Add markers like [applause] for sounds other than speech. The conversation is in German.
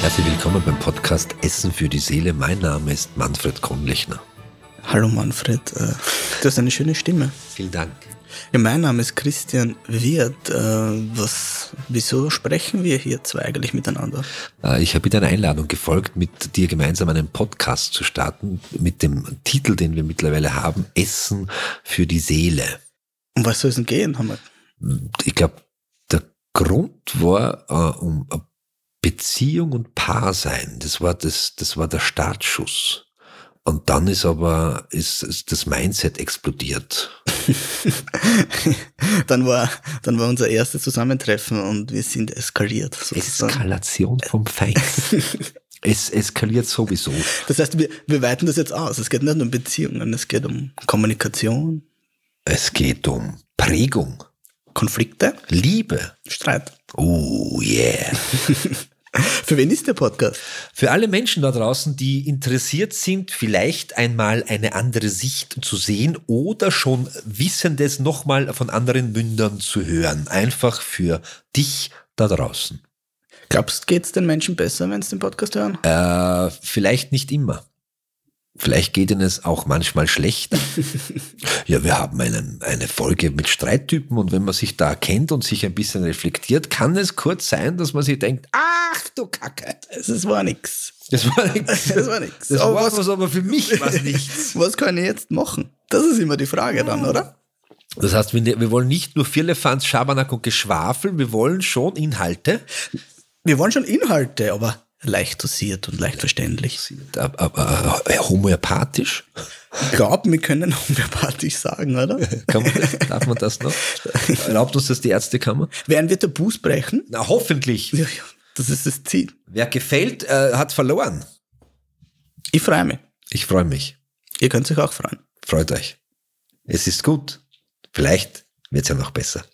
Herzlich willkommen beim Podcast Essen für die Seele. Mein Name ist Manfred Kronlechner. Hallo Manfred, äh, du hast eine schöne Stimme. Vielen Dank. Ja, mein Name ist Christian Wirth. Äh, was, wieso sprechen wir hier zwei eigentlich miteinander? Äh, Ich habe deiner Einladung gefolgt, mit dir gemeinsam einen Podcast zu starten mit dem Titel, den wir mittlerweile haben, Essen für die Seele. Um was soll es denn gehen? Haben wir? Ich glaube, der Grund war äh, um Beziehung und Paarsein. Das war das, das war der Startschuss. Und dann ist aber ist, ist das Mindset explodiert. Dann war, dann war unser erstes Zusammentreffen und wir sind eskaliert. Sozusagen. Eskalation vom Feinsten. es eskaliert sowieso. Das heißt, wir, wir weiten das jetzt aus. Es geht nicht nur um Beziehungen, es geht um Kommunikation, Es geht um Prägung, Konflikte, Liebe. Streit. Oh yeah. Für wen ist der Podcast? Für alle Menschen da draußen, die interessiert sind, vielleicht einmal eine andere Sicht zu sehen oder schon Wissendes nochmal von anderen Mündern zu hören. Einfach für dich da draußen. Glaubst, geht's den Menschen besser, wenn sie den Podcast hören? Äh, vielleicht nicht immer. Vielleicht geht ihnen es auch manchmal [laughs] schlechter. ja, wir haben einen, eine Folge mit Streittypen und wenn man sich da kennt und sich ein bisschen reflektiert, kann es kurz sein, dass man sich denkt, ach du Kacke, Es es war nix. das [laughs] war nichts. Das war nix. Das Aber war was- was, aber für mich [laughs] was nichts. Was kann ich jetzt machen? Das ist immer die Frage dann, oder? Das heißt, wir, ne- wir wollen nicht nur Firlefanz, Schabernack und Geschwafel, wir wollen schon Inhalte, Wir wollen schon Inhalte, aber leicht dosiert und leicht verständlich. aber, aber äh, homöopathisch, Ich glaube, wir können homöopathisch sagen, oder? kann man [laughs] das, darf man das noch? Erlaubt uns das die Ärztekammer? Werden wir Tabus brechen? Na, hoffentlich. Ja, ja, Das ist das Ziel. Wer gefällt, äh, hat verloren. Ich freue mich. Ich freue mich. Ihr könnt euch auch freuen. Freut euch. Es ist gut. Vielleicht wird's ja noch besser.